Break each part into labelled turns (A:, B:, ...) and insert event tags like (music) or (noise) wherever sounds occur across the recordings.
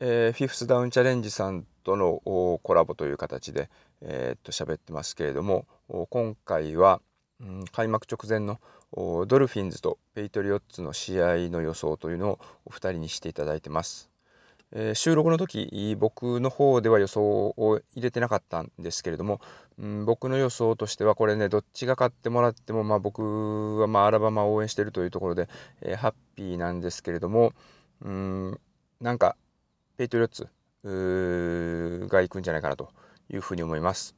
A: えーフィフスダウンチャレンジさんとのおコラボという形で、えーっと喋ってますけれどもお今回は、うん、開幕直前のおドルフィンズとペイトリオッツの試合の予想というのをお二人にしていただいてます。えー収録の時僕の方では予想を入れてなかったんですけれども、うん、僕の予想としてはこれねどっちが勝ってもらっても、まあ、僕はまあアラバマを応援してるというところで、えーハッピーなんですけれども、うん、なんかペイトリオッツうーが行くんじゃないかなというふうに思います。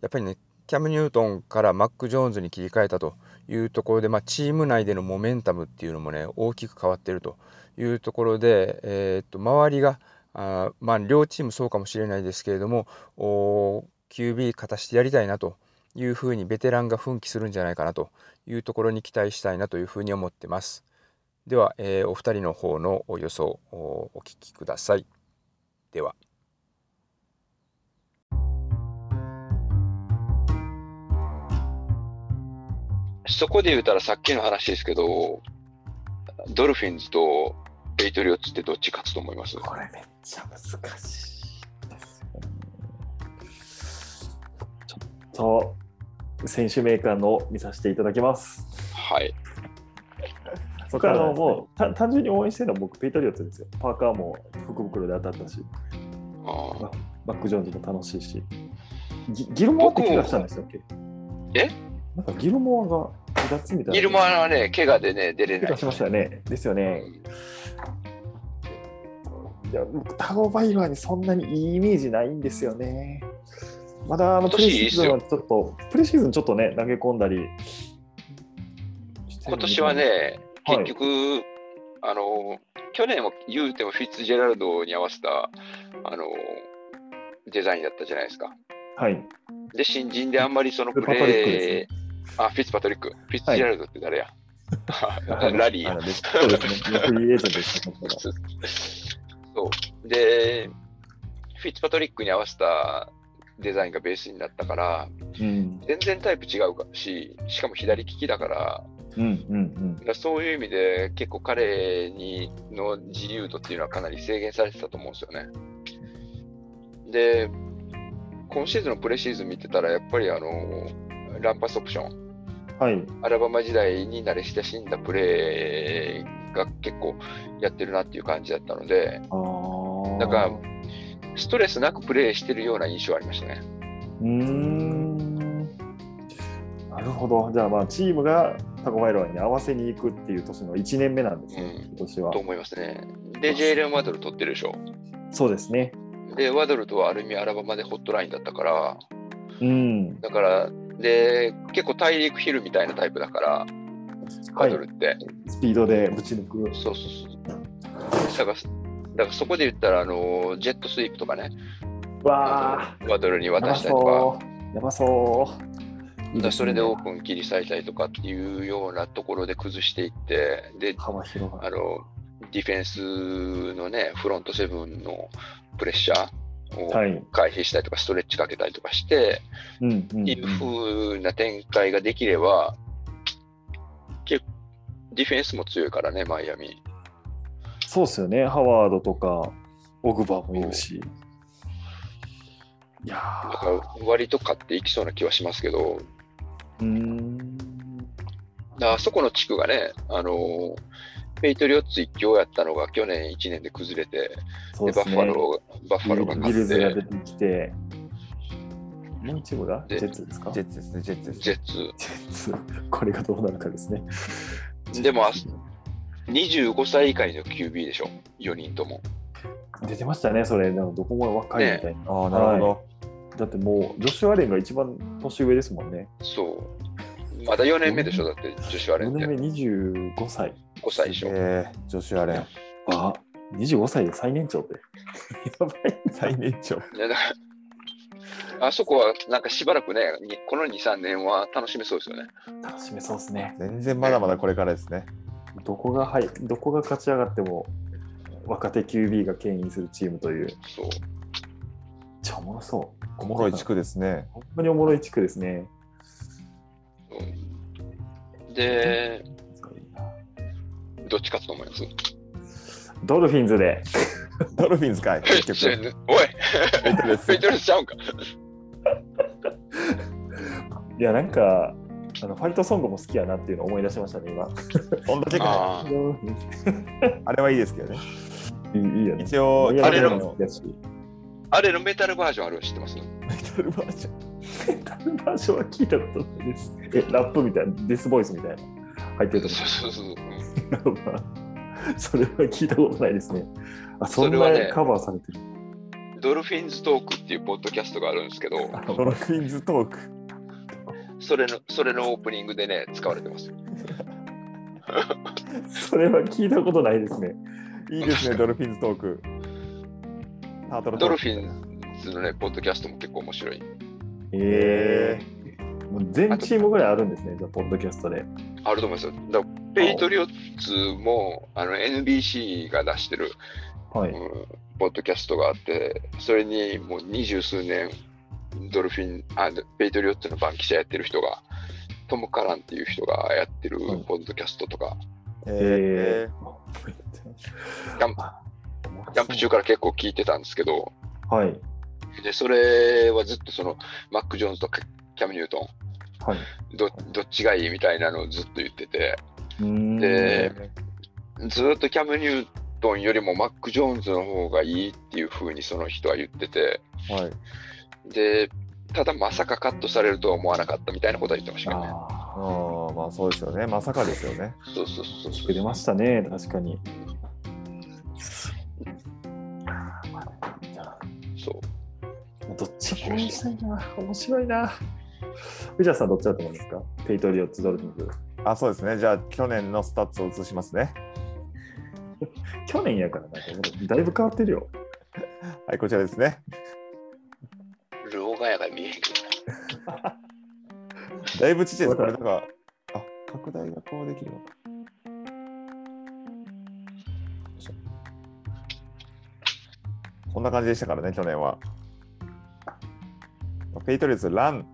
A: やっぱりねキャム・ニュートンからマック・ジョーンズに切り替えたというところで、まあ、チーム内でのモメンタムっていうのもね大きく変わっているというところで、えーっと周りがあーまあ、両チームそうかもしれないですけれどもおー QB 勝たしてやりたいなというふうにベテランが奮起するんじゃないかなというところに期待したいなというふうに思ってます。では、えーお二人の方のお予想おお聞きください。では。
B: そこで言うたらさっきの話ですけど、ドルフィンズとペイトリオッツってどっち勝つと思います
C: これめっちゃ難しいですよね。ちょっと、選手メーカーの見させていただきます。
B: はい。
C: 僕はあのもうた単純に応援してるのは僕、ペイトリオッツですよ。パーカーも福袋で当たったし、
B: あー
C: バック・ジョーンズも楽しいし、ギギルモアって気がしたんですよ。
B: え
C: なんかギルモアが離脱みたいな。
B: ギルモアはね、怪我でね、出れ
C: 怪
B: な
C: 我
B: い。
C: しましたよね。ですよね。
B: う
C: いや、僕、タゴバイラーにそんなにいいイメージないんですよね。まだあの
B: 今
C: プレ
B: 年
C: シーズンはちょっと、プレシーズンちょっとね、投げ込んだりしてるみたいな
B: 今年は、ね、
C: はい
B: 結局、あの、去年も言うてもフィッツジェラルドに合わせた、あの、デザインだったじゃないですか。
C: はい、
B: で、新人であんまりそのプ
C: パトリック
B: レー
C: で、
B: あ、フィッツパトリック、フィッツジェラルドって誰や、 (laughs) (laughs) ラリー
C: あ
B: や
C: のねそうですね、フリーエージェントでしたから
B: そう。で、フィッツパトリックに合わせたデザインがベースになったから、
C: うん、
B: 全然タイプ違うかし、しかも左利きだから、
C: うん、うん
B: だからそういう意味で結構彼にの自由度っていうのはかなり制限されてたと思うんですよね。で、今シーズンのプレシーズン見てたら、やっぱりあの、ランパスオプション、
C: うん、はい、
B: アラバマ時代に慣れ親しんだプレーが結構やってるなっていう感じだったので、
C: あー
B: なんか、ストレスなくプレーしてるような印象ありましたね。
C: うーん、なるほど、じゃあ、まあ、チームがタゴバイラーに合わせに行くっていう年の1年目なんですね、
B: うん
C: 今年は
B: と。思いますね。で、ジェイレン・ワドル取ってるでしょ。
C: そうですね。
B: で、ワドルとはある意味アラバマでホットラインだったから、
C: うん、
B: だから、で、結構大陸ヒルみたいなタイプだから、ワドルって。
C: スピードでぶち抜く。
B: そうそうそう。だから、だからそこで言ったら、あの、ジェットスイープとかね、
C: わあ。
B: あのワドルに
C: やば
B: 渡したりとか。
C: そう。やばそう。いい
B: だからそれで
C: すね
B: オープン切り裂いたりとかっていうようなところで崩していって、で、
C: 幅広が
B: あ
C: る。
B: の、ディフェンスのね、フロントセブンのプレッシャーを
C: はい。
B: 回避したりとか、ストレッチかけたりとかして、
C: うんうん、う
B: っていう風な展開ができれば、結構ディフェンスも強いからね、マイアミ。
C: そうですよね。ハワードとか、オグバーもいるし。いや
B: だ
C: ー
B: から、割と勝っていきそうな気はしますけど、
C: うーん。
B: だからあそこの地区がね、あの、ペイトリオッツ一強やったのが去年1年で崩れて、
C: そ
B: で
C: うで
B: バ
C: す
B: ッファ
C: ね。
B: ロー、バッファローが
C: ギ
B: 勝
C: ル
B: っ
C: ズが
B: て、
C: 出てきて、もう一部が
B: で
C: ジェッツですか
A: ジ
C: ジェ
A: ェッツですね、ジェッツです
B: ジ
A: ね
B: ェッ
C: ッツ。 (laughs) これがどうなるかですね。
B: ツ。でも、あ25歳以下の QB でしょ、4人とも。
C: 出てましたね、それ。なんかどこも若いみたいな。
A: ああ、なるほ
C: だってもう、ジョシュ・アレンが一番年上ですもんね。
B: そう。まだ4年目でしょ、だって、女子アレ
C: 4
B: ンって
C: 年目25歳。
B: 5歳でし
A: ど。
B: ょ。
A: ええジョシュアレン。
C: あ25歳で最年長って。やばい。
A: 最年長。
B: ねだからあそこはなんかしばらくね、にこの2、3年は楽しめそうですよね。
C: 楽しめそうですね。
A: 全然まだまだこれからですね。
C: どこが、はい、どこが勝ち上がっても、若手 QB が牽引するチームという、めっ
B: そう。
C: ちゃおもろそう。
A: おもろい地区ですね。
C: 本当におもろい地区ですね。
B: うんで、どっち勝つと思います
C: ドルフィンズで。ドルフィンズ
B: (laughs)
C: かい。結
B: ちょ
C: 局。
B: おい、
C: ベイトルズ
B: ベイトルズちゃうんか。
C: いや、なんか、あのファイトソングも好きやなっていうのを思い出しましたね、今。どんだけ
B: あ
C: か
D: あれはいいですけどね。
C: いいいいよね。
D: 一応、
B: あれ
D: 彼
B: の
C: も
D: らの
C: 好きやし。
B: あれのメタルバージョンあるの知ってます
D: メタルバージョン。
C: タル (laughs) バージョンは聞いたことないです。え、ラップみたいな、ディスボイスみたいな。入ってると
B: そうそうそう。うん
C: 思う。 (laughs) それは聞いたことないですね。あ、そん
B: それは
C: な
B: ね
C: カバーされてる。
B: ドルフィンズトークっていうポッドキャストがあるんですけど、
D: ドルフィンズトーク。
B: それのそれのオープニングでね、使われてます。
C: それは聞いたことないですね。
D: いいですね、ドルフィンズトーク。タートルト
B: ドル
D: ーク
B: フィンズのね、ポッドキャストも結構面白い。
C: ええもう全チームぐらいあるんですね、じゃあ、ポッドキャストで。
B: あると思いますよ。だからペイトリオッツもあの NBC が出してる、
C: はい。
B: うんポッドキャストがあって、それにもう二十数年、ドルフィンあ、ペイトリオッツの番記者やってる人が、トム・カランっていう人がやってる
C: はい
B: ポッドキャストとか、
D: え
B: キャンキャンプ中から結構聞いてたんですけど、
C: はい。
B: でそれはずっとそのマック・ジョーンズとキャム・ニュート
C: はい。
B: ン、どどっちがいいみたいなのをずっと言ってて。
C: うーん
B: でずーっとキャム・ニュートンよりもマック・ジョーンズの方がいいっていう風にその人は言ってて、
D: ーはい。
B: で、ただまさかカットされるとは思わなかったみたいなことは言ってましたけどね。
C: ああ、
D: ああ、まあそうですよね。まさかですよね。
B: そうそうそうそ
C: 作れ
B: う。
C: ましたね、確かに。
B: そう
C: どっちも応援したいな、面白いな。藤田さん、どっちだと思いますかペイトリオッツ・ドルフィンズ。
D: あ、そうですね。じゃあ、去年のスタッツを移しますね。
C: 去年やからなんかもうだいぶ変わってるよ。
D: はい、こちらですね。
B: ルオガヤが見えへんけどな。
D: だいぶちっちゃいです。これとか、あ、拡大がこうできるのか。こんな感じでしたからね、去年は。ペイトリーズ、ラン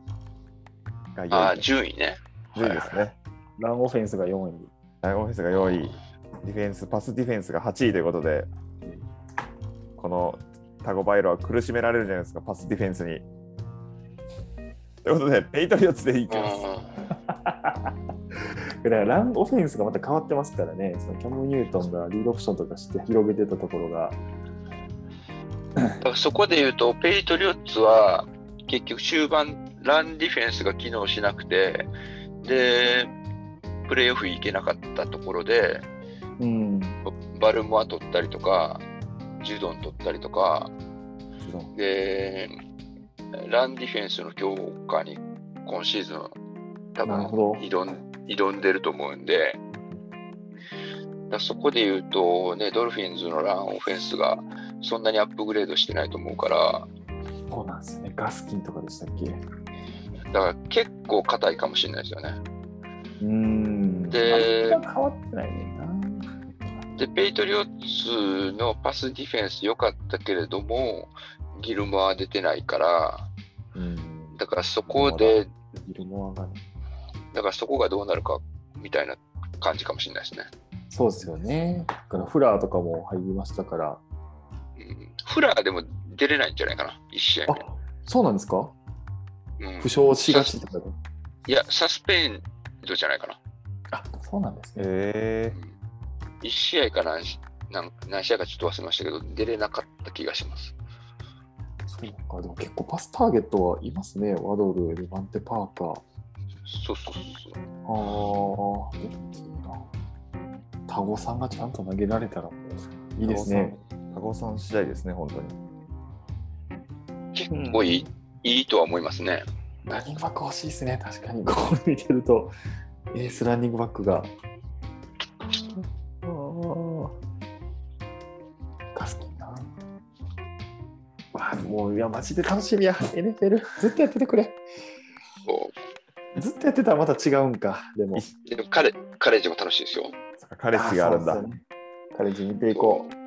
D: が
B: ああ
D: 4
B: ー、
D: 位
B: 順位ね。
D: 10位ですね。
C: ランオフェンスが4位。
D: ライオンオフェンスが4位、ディフェンス、パスディフェンスが8位ということで、このタゴバイロは苦しめられるじゃないですか、パスディフェンスに。ということで、ペイトリオッツでいきます。
B: う
C: だからランオフェンスがまた変わってますからね、そのキャム・ニュートンがリードオプションとかして広げてたところが、
B: んだからそこで言うと、ペイトリオッツは結局終盤、ランディフェンスが機能しなくて、で、プレーオフ行けなかったところで、
C: うん、
B: バルモア取ったりとか、ジュドン取ったりとか、で、ランディフェンスの強化に今シーズン多
C: な
B: 分
C: るほど
B: 挑ん挑んでると思うんで、だそこで言うと、ね、ドルフィンズのランオフェンスがそんなにアップグレードしてないと思うから、
C: そうなんですよね、ガスキンとかでしたっけ。
B: だから結構硬いかもしれないですよね。
C: うん
B: で
C: あんま変わってないねんな。
B: で、ペイトリオッツのパスディフェンス良かったけれども、ギルモアは出てないから、
D: うん
B: だからそこで、
C: ギルモアがね。
B: だからそこがどうなるかみたいな感じかもしれないですね。
C: そうですよね。だからフラーとかも入りましたから。
B: うんフラーでも出れないんじゃないかな、一試合
C: あそうなんですか
B: 目。うん
C: 負傷しがちとかで。
B: いや、サスペンドじゃないかな。
C: あそうなんですね。
D: え
B: 一試合か何何何試合かちょっと忘れましたけど、出れなかった気がします。
C: そうか、でも結構パスターゲットはいますね、ワドル、レバンテ・パーカー。
B: そうそうそうそう。
C: ああ、タゴさんがちゃんと投げられたらもういいですね。
D: ー、タゴさん次第ですね、本当に。
B: 結構いい,、いいとは思いますね。
C: ランニングバック欲しいですね、確かに。ここ見てると、エースランニングバックが。ガスキンな。わあもういや、マジで楽しみや、NFL。ずっとやっててくれ。
B: こ
C: ずっとやってたらまた違うんか、でも。
B: うでも彼、カレッジも楽しいですよ。
D: そっかカレッジがあるんだ。
C: そうですよね。カレッジ見ていこう。